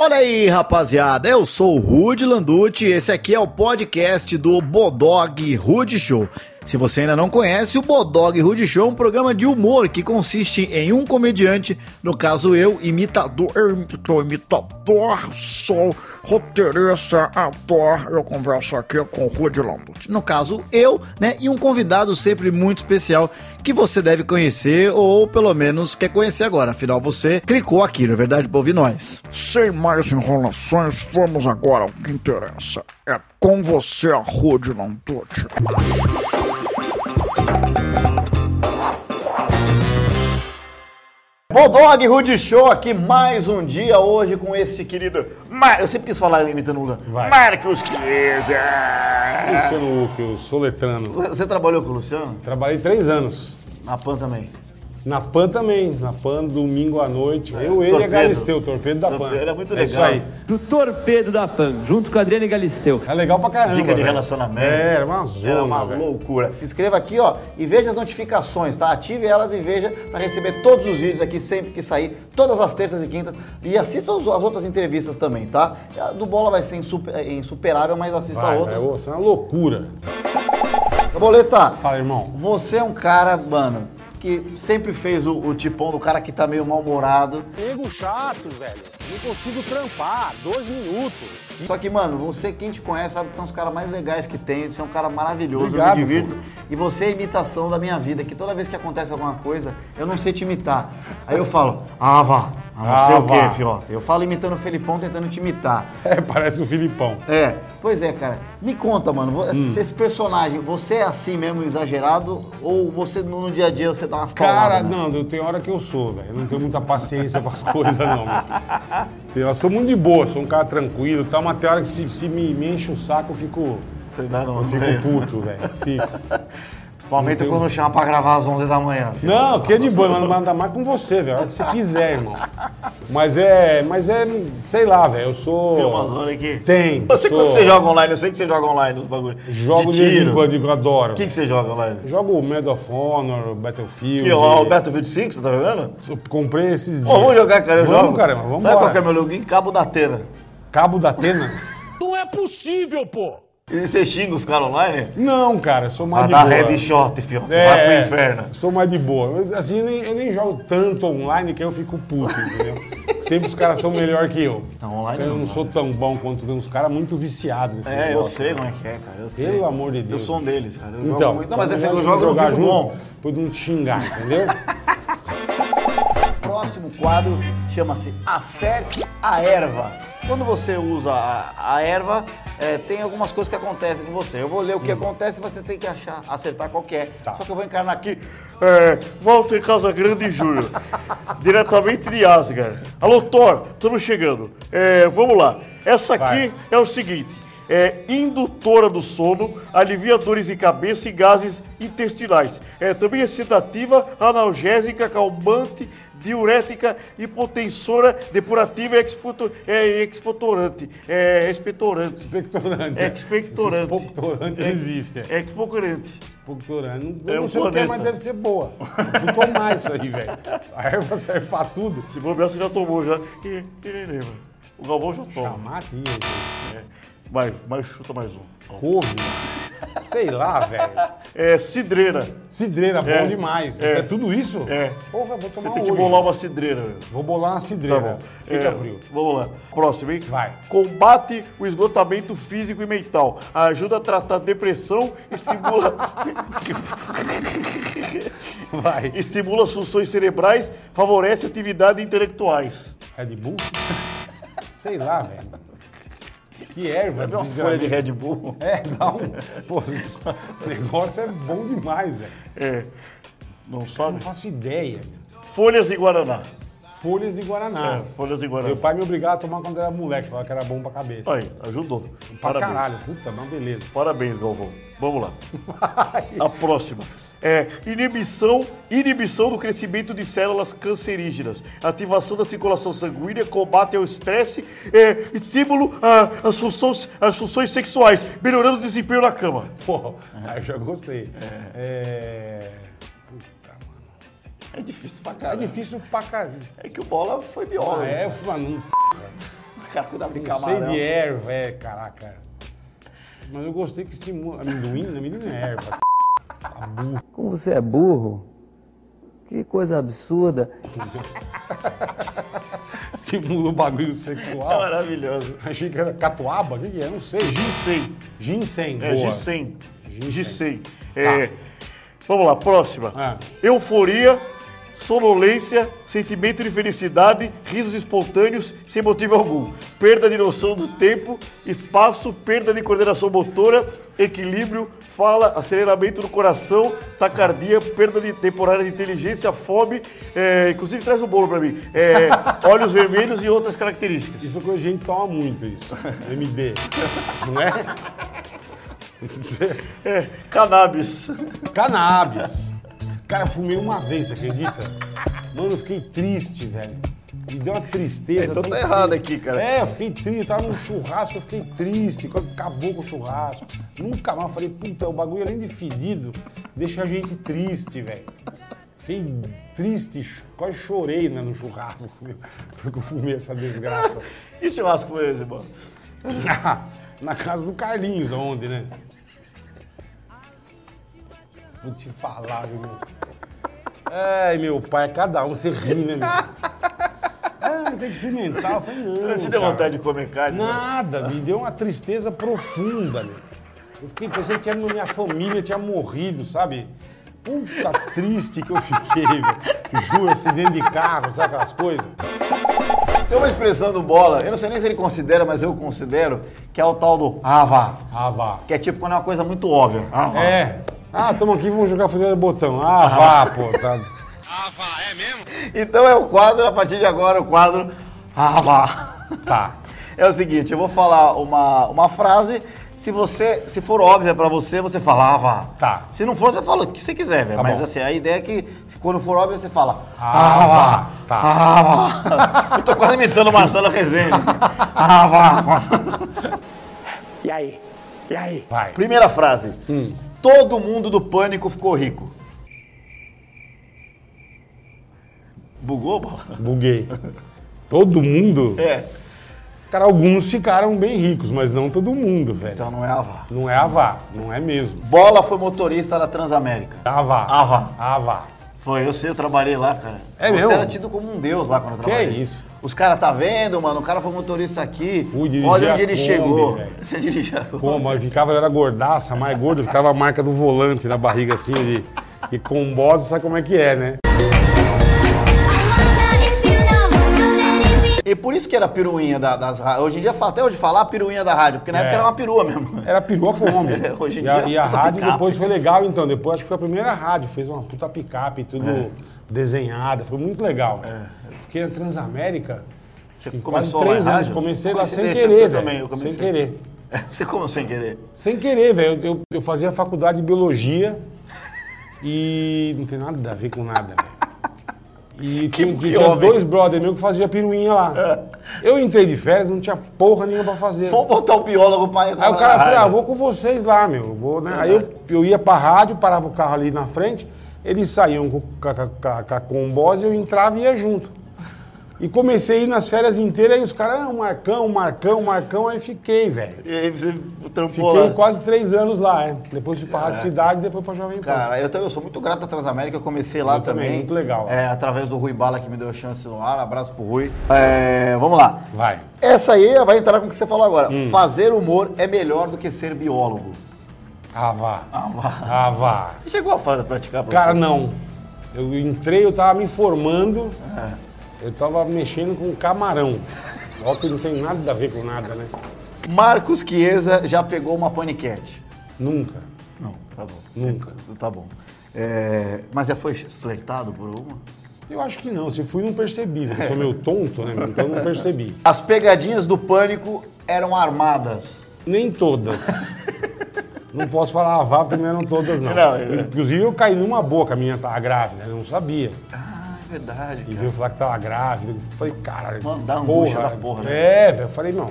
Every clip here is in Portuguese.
Olha aí, rapaziada, eu sou o Rude Landucci e esse aqui é o podcast do Bodog Rude Show. Se você ainda não conhece, o Bodog Rude Show é um programa de humor que consiste em um comediante, no caso eu, imitador, eu sou imitador, sou roteirista, ator, eu converso aqui com o Rude Landucci. No caso, eu, né, e um convidado sempre muito especial que você deve conhecer ou pelo menos quer conhecer agora, afinal você clicou aqui, não é verdade, pra ouvir nós. Sem mais enrolações, vamos agora ao que interessa. É com você, Rude Landucci. Bodog Rude Show aqui mais um dia hoje com esse querido. Mar... Eu sempre quis falar imitando o Lula. Vai. Marcos Kiesa. Luciano Huck, eu sou letrano. Você trabalhou com o Luciano? Trabalhei três anos. Na PAN também. Na PAN também. Na PAN, domingo à noite. eu, ele e Torpedo. Galisteu, torpedo da PAN. Torpedo, era muito É isso legal. aí. do Torpedo da Pan, junto com a Adriane Galisteu. É legal pra caramba. Dica de velho. relacionamento. É, era uma zona. Era uma velho. loucura. Se inscreva aqui, ó, e veja as notificações, tá? Ative elas e veja para receber todos os vídeos aqui sempre que sair, todas as terças e quintas. E assista os- as outras entrevistas também, tá? A do Bola vai ser insupe- é insuperável, mas assista Vai, outras. vai, ô, isso é uma loucura. Boleta, Fala, irmão. você é um cara, mano, que sempre fez o, o tipão do cara que tá meio mal-humorado. Nego chato, velho. Não consigo trampar. Dois minutos. Só que, mano, você, quem te conhece, sabe que são os caras mais legais que tem. Você é um cara maravilhoso, Obrigado, eu me divirto. E você é a imitação da minha vida, que toda vez que acontece alguma coisa, eu não sei te imitar. Aí eu falo, ah, vá, ah, não sei o Ah, vá. quê, fio. Eu falo imitando o Felipão, tentando te imitar. É, parece o Filipão. É, pois é, cara. Me conta, mano, vo- Hum. esse esse personagem, você é assim mesmo, exagerado? Ou você, no no dia a dia, você dá umas Cara, pauladas, né? não, eu tenho hora que eu sou, velho. Eu não tenho muita paciência com as coisas, não. meu. Eu sou muito de boa, sou um cara tranquilo e tal, mas tem hora que se, se me, me enche o saco, eu fico, Você dá no eu fico puto, velho. Fico. Principalmente Não tem- quando chama pra gravar às 11 da manhã. filho. Não, que é de boa, mas nada mais com você, velho. A hora que você quiser, irmão. Mas é. Mas é. Sei lá, velho. Eu sou. Tem umas horas aqui. Tem. Você, sou- quando você joga online, eu sei que você joga online os bagulhos. Jogo de, vez em quando, eu adoro. O que, que você joga online? Jogo Medal of Honor, Battlefield. Que, ó, o Battlefield 5, você tá jogando? Eu comprei esses dias. Pô, vamos jogar, cara, eu Vamos, jogo. caramba, vamos Sabe embora. qual que é meu lugar? Em Cabo da Tena. Cabo da Atena? Não é possível, pô. E você xinga os caras online? Não, cara, eu sou mais Ah, de dá boa. headshot, filho. É, Vai é, pro inferno. Sou mais de boa. Eu, Assim, eu nem, eu nem jogo tanto online que eu fico puto, entendeu? Sempre os caras são melhor que eu. Não, online eu não, né? não sou tão bom quanto tem uns caras muito viciados nesse É, eu negócio. sei como é que é, cara. Eu sei. Pelo amor de Eu Deus. sou um deles, cara. Eu jogo Então, muito. Não, mas esse eu eu gosto de jogo eu não fico bom. por não te xingar, entendeu? próximo quadro chama-se Acerte a Erva. Quando você usa a, a erva, é, tem algumas coisas que acontecem com você. Eu vou ler o Hum. que acontece e você tem que achar, acertar qual que é. Tá. Só que eu vou encarnar aqui. É, Walter Casagrande Júnior, diretamente de Asgard. Alô, Thor, estamos chegando. É, vamos lá. Essa aqui Vai. é o seguinte. É indutora do sono, alivia dores de cabeça e gases intestinais. É, também é sedativa, analgésica, calmante, diurética, hipotensora, depurativa e expoto- é, expectorante. É, expectorante. Expectorante. Expectorante. Esses Expectorante existe. É expectorante. Expectorante. Não, É eu não um sei o que é, mas planeta. deve ser boa. Não tomar isso aí, velho. A erva serve pra tudo. Se bobear, você já tomou já. E, e nem lembra. O Galvão já toma. Chamar aqui, velho. Mas, mas chuta mais um. couve. Sei lá, velho. É cidreira. Cidreira, bom É, demais. é. É. tudo isso? É. Porra, vou Você tomar tem que Tá hoje. bolar uma cidreira, meu. Vou bolar uma Tá cidreira. bom. Fica É, frio. Vamos lá. Próximo, hein? Vai. Combate o esgotamento físico e mental. Ajuda a tratar depressão, estimula, Vai. estimula as funções cerebrais, favorece atividades intelectuais. Red Bull? Sei lá, velho. Que erva, Deu uma desgraça. folha de Red Bull. É, dá um. Pô, esse negócio é bom demais, velho. É. Não Não sabe? faço ideia. Folhas de Guaraná. Folhas de Guaraná. É, folhas de Meu Guaraná. pai me obrigava a tomar quando era moleque, falava que era bom pra cabeça. Aí, ajudou. pra Parabéns. caralho, puta, mas beleza. Parabéns, Galvão. Vamos lá. A próxima. É inibição, inibição do crescimento de células cancerígenas, ativação da circulação sanguínea, combate ao estresse, é, estímulo às funções, às funções sexuais, melhorando o desempenho na cama. Pô, aí eu já gostei. É. Puta, mano. É difícil pra É caralho. difícil pra caralho. Ah, É que o Bola foi biólogo. É, eu fui, mano. Carcuda de Não sei camarão. de erva, é, caraca. Mas eu gostei que estimula. Amendoim? Amendoim não é erva. Como você é burro? Que coisa absurda. Estimula o bagulho sexual. Maravilhoso. Achei que era catuaba, o que, que é? Não sei. Ginseng. Ginseng, É, boa. Ginseng. Ginseng. Ginseng. É, Vamos lá, próxima. Ah. Euforia, sonolência, sentimento de felicidade, risos espontâneos, sem motivo algum. Perda de noção do tempo, espaço, perda de coordenação motora, equilíbrio, fala, aceleramento do coração, tacardia, perda de temporária de inteligência, fome. é, inclusive, traz o bolo pra mim. É, olhos vermelhos e outras características. Isso é coisa que a gente toma muito, isso. MD. Não é? É, cannabis. Cannabis. Cara, eu fumei uma vez, você acredita? Mano, eu fiquei triste, velho. Me deu uma tristeza. Então tão tá feia. errado aqui, cara. É, eu fiquei triste, eu tava num churrasco, eu fiquei triste, quando acabou com o churrasco. Nunca mais, eu falei, puta, o bagulho além de fedido, deixa a gente triste, velho. Fiquei triste, ch- quase chorei né, no churrasco, meu, porque eu fumei essa desgraça. Que churrasco foi esse, mano? Na casa do Carlinhos, onde, né? Vou te falar, viu, meu. Ai, meu pai, cada um você ri, né, meu? Ah, tem que experimentar. Eu falei, não. Não te deu cara. vontade de comer carne? né? Nada, me deu uma tristeza profunda, meu. Eu fiquei pensando que a minha família tinha morrido, sabe? Puta triste que eu fiquei, velho. Juro, acidente de carro, sabe aquelas coisas? Tem uma expressão do Bola, eu não sei nem se ele considera, mas eu considero, que é o tal do rava, Ah, vá. que é tipo quando é uma coisa muito óbvia. Ah, vá. É. Ah, tamo aqui, vamos jogar futebol de botão. Ah, vá, pô. Tá. Então é o quadro, a partir de agora, o quadro rava. Tá. É o seguinte, eu vou falar uma, uma frase, se você, se for óbvia pra você, você fala rava. Tá. Se não for, você fala o que você quiser, velho. Tá mas bom. assim, a ideia é que se- quando for óbvia, você fala Ah, vá. Tá. rava. eu tô quase imitando o Marcelo Rezende. Ah, rava. E aí? E aí? Vai. Primeira frase. Hum. Todo mundo do pânico ficou rico. Bugou, bola? Buguei. Todo mundo? É. Cara, alguns ficaram bem ricos, mas não todo mundo, velho. Então não é Avá. Não é a vá, não é mesmo. Bola foi motorista da Transamérica. A vá. A Ah, vá. A vá. Foi, eu sei, eu trabalhei lá, cara. É Você mesmo? era tido como um deus lá quando eu Que é trabalhei. isso? Os caras tá vendo, mano, o cara foi motorista aqui. Ui, dirigir Olha a onde ele Kombi, chegou. velho. Você dirigiu a Kombi. Pô, mas ficava, eu era gordaça, mais gordo, ficava a marca do volante na barriga assim, de, de combose, sabe como é que é, né? E por isso que era piruinha da- das rádios. Hoje em dia fala até hoje falar piruinha da rádio, porque na É. época era uma perua mesmo. Era perua Kombi. É, hoje em e a, dia e a tudo rádio picape. depois foi legal, então. Depois acho que foi a primeira rádio, fez uma puta picape, tudo É. desenhada, foi muito legal. Fiquei na Transamérica. Você em É. começou quase lá em três anos. rádio? Comecei lá sem Coincidência, querer, eu também, velho. eu comecei. Sem querer. Você como sem querer? Sem querer, velho. Eu, eu fazia faculdade de biologia e não tem nada a ver com nada, velho. E tinha, que tinha homem. É. dois brother meus que faziam piruinha lá. Eu entrei de férias, não tinha porra nenhuma pra fazer. Vamos botar o biólogo pra entrar Aí o na cara falou, rádio. ah, vou com vocês lá, meu. eu Vou, né? Aí eu, eu ia pra rádio, parava o carro ali na frente, eles saíam com, com, com, com, com a combose, eu entrava e ia junto. E comecei a ir nas férias inteiras, aí os caras, ah, Marcão, Marcão, Marcão, aí fiquei, velho. E aí você trampou Fiquei lá. quase três anos lá, é. Depois fui pra Rádio Cidade, depois pra Jovem Pan. Cara, eu, também, eu sou muito grato à Transamérica, eu comecei lá Eu também, também. muito legal. É, através do Rui Bala que me deu a chance no ar. Abraço pro Rui. É, vamos lá. Vai. Essa aí vai entrar com o que você falou agora. Fazer humor é melhor do que ser biólogo. Ah, vá. Ah, vá. Ah, vá. Você chegou a fase de praticar pra Cara, você? não. Eu entrei, eu tava me formando, É. eu tava mexendo com camarão. Ó, que não tem nada a ver com nada, né? Marcos Chiesa já pegou uma paniquete. Nunca, Não, tá bom. nunca. Tá bom. É, mas já foi flertado por uma? Eu acho que não, se fui, não percebi. né? Eu sou meio tonto, né? Então eu não percebi. As pegadinhas do pânico eram armadas. Nem todas. Não posso falar a vá, porque não eram todas, não. Não, é. Inclusive, eu caí numa boca, a minha tava grávida, eu não sabia. Ah, é verdade. E cara. veio falar que tava grávida. Eu falei, caralho. Mano, dá angústia da porra, né? É, velho. Eu falei, não.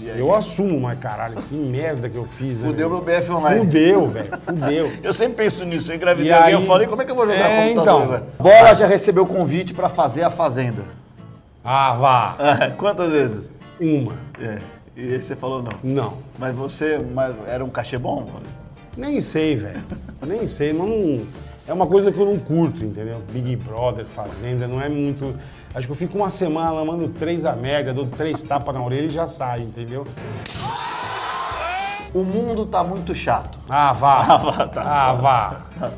E aí? Eu assumo, mas caralho, que merda que eu fiz, né? Fudeu meu velho? BF online. Fudeu, velho. Fudeu. Eu sempre penso nisso, eu engravidei E alguém, eu aí- falei, como é que eu vou jogar É, computador então. agora? Bola já recebeu convite pra fazer a Fazenda. Ah, vá. Quantas vezes? Uma. É. E aí você falou não. Não. Mas você mas era um cachê bom? Nem sei, velho. Nem sei. Não, é uma coisa que eu não curto, entendeu? Big Brother, Fazenda, não é muito. Acho que eu fico uma semana lá, mando três a merda, dou três tapas na orelha e já sai, entendeu? O mundo tá muito chato. Ah, vá. Ah, vá, tá. Ah, vá.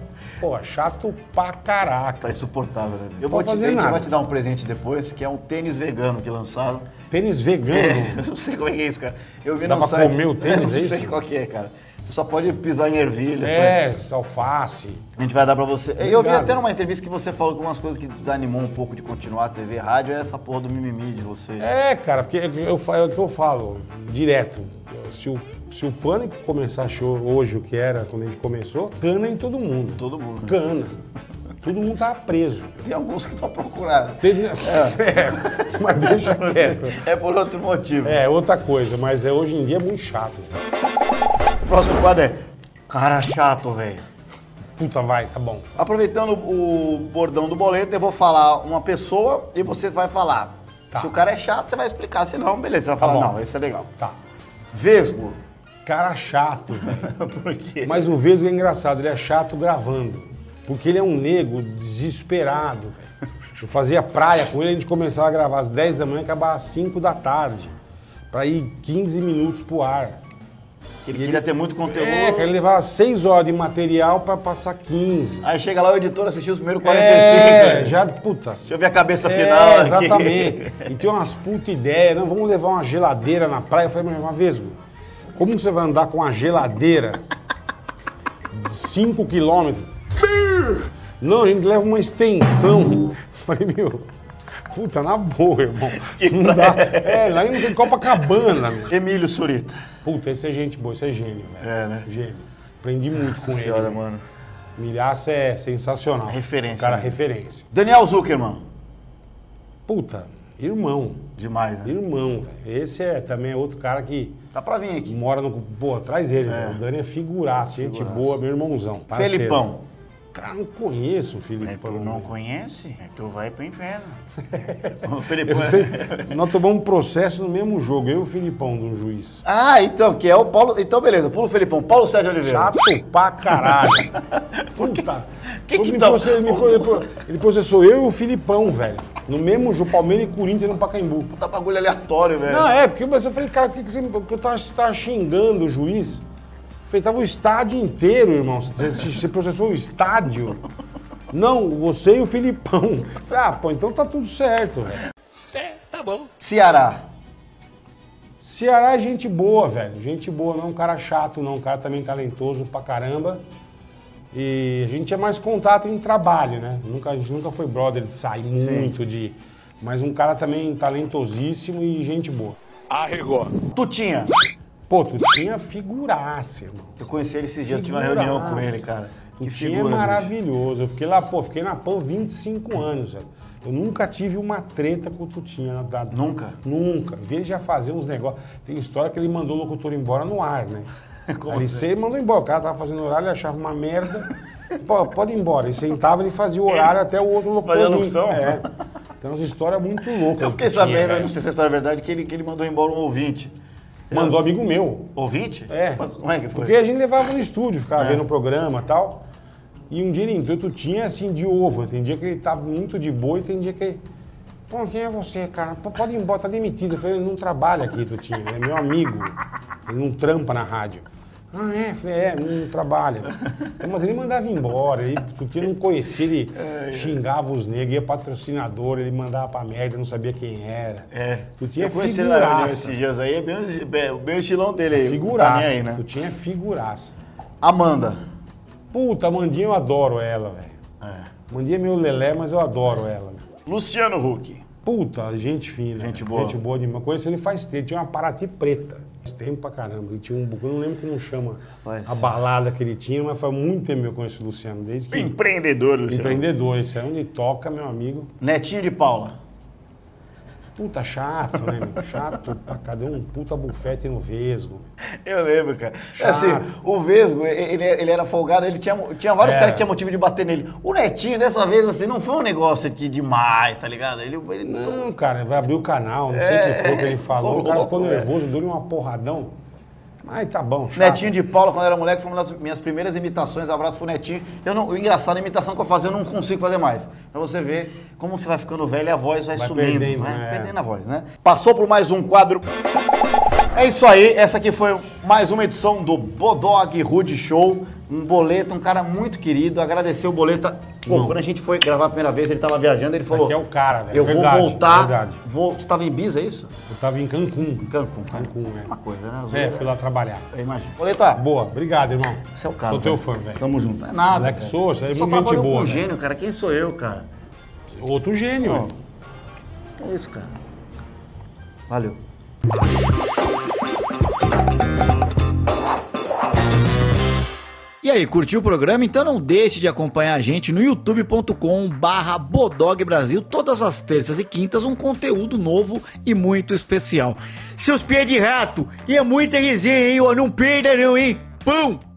Pô, chato pra caraca. Tá insuportável, né? Eu Não vou pode te, fazer a gente nada. vai te dar um presente depois, que é um tênis vegano que lançaram. Tênis vegano. Eu não sei como é que é isso, cara. Eu vi Dá no pra site. comer o Eu tênis, não é sei isso? qual que é, cara. Você só pode pisar em ervilha. só- É, alface. A gente vai dar pra você. Eu vi Obrigado. até numa entrevista que você falou que umas coisas que desanimou um pouco de continuar a TV e rádio é essa porra do mimimi de você. É, cara, porque eu, fa- é o que eu falo direto. Se o, se o pânico começar show hoje, o que era quando a gente começou, cana em todo mundo. Todo mundo. Cana. Todo mundo tava preso. Tem alguns que tá estão procurados. Tem- É, mas deixa quieto. É por outro motivo. É, outra coisa, mas é, hoje em dia é muito chato. O próximo quadro é. Cara chato, velho. Puta, vai, tá bom. Aproveitando o bordão do boleto, eu vou falar uma pessoa e você vai falar. Tá. Se o cara é chato, você vai explicar. Se não, beleza, você vai Tá falar, bom. não, esse é legal. Tá. Vesgo. Cara chato, velho. por quê? Mas o Vesgo é engraçado, ele é chato gravando. Porque ele é um nego desesperado, velho. Eu fazia praia com ele, a gente começava a gravar às 10 da manhã e acabava às 5 da tarde. Pra ir 15 minutos pro ar. Ele queria ter muito conteúdo. É, cara, ele levava 6 horas de material pra passar 15. Aí chega lá o editor assistiu os primeiros 45. É, já, puta. Deixa eu ver a cabeça É, final aqui. exatamente. E tinha umas puta ideia, não, vamos levar uma geladeira na praia. Eu falei, mas uma vez, mano, como você vai andar com uma geladeira 5 quilômetros? Não, a gente leva uma extensão. Eu falei, meu, puta, na boa, irmão. Não dá. É, lá não tem Copacabana, meu. Emílio Surita. Puta, esse é gente boa, esse é gênio, velho. É, né? Gênio. Aprendi muito com ele. Senhora, mano. Milhaça é sensacional. Referência, O cara, né? referência. Daniel Zuckerman. Puta, irmão. Demais, né? Irmão, velho. Esse é também é outro cara que Tá pra vir aqui. mora no. Pô, traz ele, velho. O Dani é figuraço, gente boa, meu irmãozão. parceiro. Felipão. Cara, não conheço o Felipão. velho. conhece? É, Tu vai pro inferno. o Felipão. Eu é- sei, nós tomamos um processo no mesmo jogo, eu e o Filipão, de um juiz. Ah, então, que é o Paulo. Então, beleza, pula o Felipão. Paulo Sérgio Oliveira. Chato pra caralho. Puta. que que Me tá- proce- me pro- ele pro- Ele processou eu e o Filipão, velho. No mesmo jogo, Palmeiras e Corinthians no Pacaembu. Tá bagulho aleatório, velho. Não, é, porque mas eu falei, cara, por que, que você, porque eu tava, você tava xingando o juiz? Eu falei, tava o estádio inteiro, irmão. Você, você- você processou o estádio? Não, você e o Filipão. Eu falei, ah, pô, então tá tudo certo, velho. Ceará. Ceará é gente boa, velho. Gente boa, não é um cara chato, não. Um cara também talentoso pra caramba. E a gente é mais contato em trabalho, né? Nunca, a gente nunca foi brother de sair muito, de. Mas um cara também talentosíssimo e gente boa. Tutinha. Pô, tu tinha figuraça, irmão. Eu conheci ele esses dias, tive uma Figuraça. reunião com ele, cara. O Que time figura. é bicho. maravilhoso. Eu fiquei lá, pô, fiquei na PAN 25 anos, velho. Eu nunca tive uma treta com o Tutinha. na- Da... Nunca? Nunca. Vi ele já fazer uns negócios. Tem história que ele mandou o locutor embora no ar, né? Aí ele se- mandou embora. O cara tava fazendo horário, ele achava uma merda. Pô, pode ir embora. Ele sentava, ele fazia o horário até o outro locutor Fazia a vir. locução? É. Tem umas histórias muito loucas. Eu do fiquei Tutinha, sabendo, velho. não sei se a história é verdade, que ele, que ele mandou embora um ouvinte. Mandou amigo meu. Ouvinte? É. Mas Como é que foi? Porque a gente levava no estúdio, ficava É. vendo o programa e tal. E um dia ele entrou, tu tinha assim de ovo. Tem dia que ele tá muito de boa e tem dia que ele. Pô, quem é você, cara? Pô, pode ir embora, tá demitido. Eu falei, ele não trabalha aqui, Tutinha, ele é meu amigo. Ele não trampa na rádio. Ah, é? Eu falei, é, não trabalha. Então, Mas ele mandava embora, ele, Tutinha não conhecia, ele É, xingava os negros, ia patrocinador, ele mandava pra merda, não sabia quem era. É. Tutinha é eu conheci ele na reunião figuraça. esses dias aí, é bem, bem- o bem estilão dele aí. Tá Figuraça. nem aí, né? Tutinha é figuraça. Amanda. Puta, a Mandinha eu adoro ela, velho. Mandinha é meu lelé, mas eu adoro ela. meu. Luciano Huck. Puta, gente fina. Gente boa. Gente boa demais. Conheço ele faz tempo. Tinha uma Paraty preta. Faz tempo pra caramba. Ele tinha um... Eu não lembro como chama Vai a ser. balada que ele tinha, mas faz muito tempo que eu conheço o Luciano. Desde que... Empreendedor, Luciano. Empreendedor. Esse é onde toca, meu amigo. Netinho de Paula. Puta chato, né, meu? Chato pra cadê um puta bufete no Vesgo? Eu lembro, cara. É Chato. assim, o Vesgo, ele, ele era folgado, ele tinha, tinha vários Era. caras que tinham motivo de bater nele. O Netinho, dessa vez, assim, não foi um negócio aqui demais, tá ligado? Ele, ele Não, cara, vai abrir o canal, não sei É, que pouco ele falou. o cara louco, ficou é. nervoso, deu uma porradão. Mas tá bom, chato. Netinho de Paula, quando eu era moleque, foi uma das minhas primeiras imitações. Abraço pro Netinho. Eu não, engraçado, a imitação que eu fazia, eu não consigo fazer mais. Pra você ver como você vai ficando velho e a voz vai, Vai sumindo. perdendo, né? né? Perdendo a voz, né? Passou por mais um quadro. É isso aí. Essa aqui foi mais uma edição do Bodog Rude Show. Um boleta, um cara muito querido. Agradecer o boleta. Pô, Não. quando a gente foi gravar a primeira vez, ele tava viajando, ele falou. aqui é o cara, velho. Eu Verdade, vou voltar. verdade. Vou... Você tava em Ibiza, é isso? Eu tava em Cancún. Cancún. Cancún, é. Uma coisa, né? É, fui lá trabalhar. Eu imagino. Boleta. Boa, obrigado, irmão. Você é o cara. Sou teu velho. fã, velho. Tamo junto. Não é nada. Moleque cara. sou, você é Só muito gente trabalhou boa, com velho. gênio, cara. Quem sou eu, cara? Outro gênio, velho. Que é isso, cara? Valeu. E aí, curtiu o programa? Então não deixe de acompanhar a gente no youtube.com barra Bodog Brasil, todas as terças e quintas, um conteúdo novo e muito especial. Seus pés de rato, e é muita resenha, hein? Ó, não perda não, hein? Pão!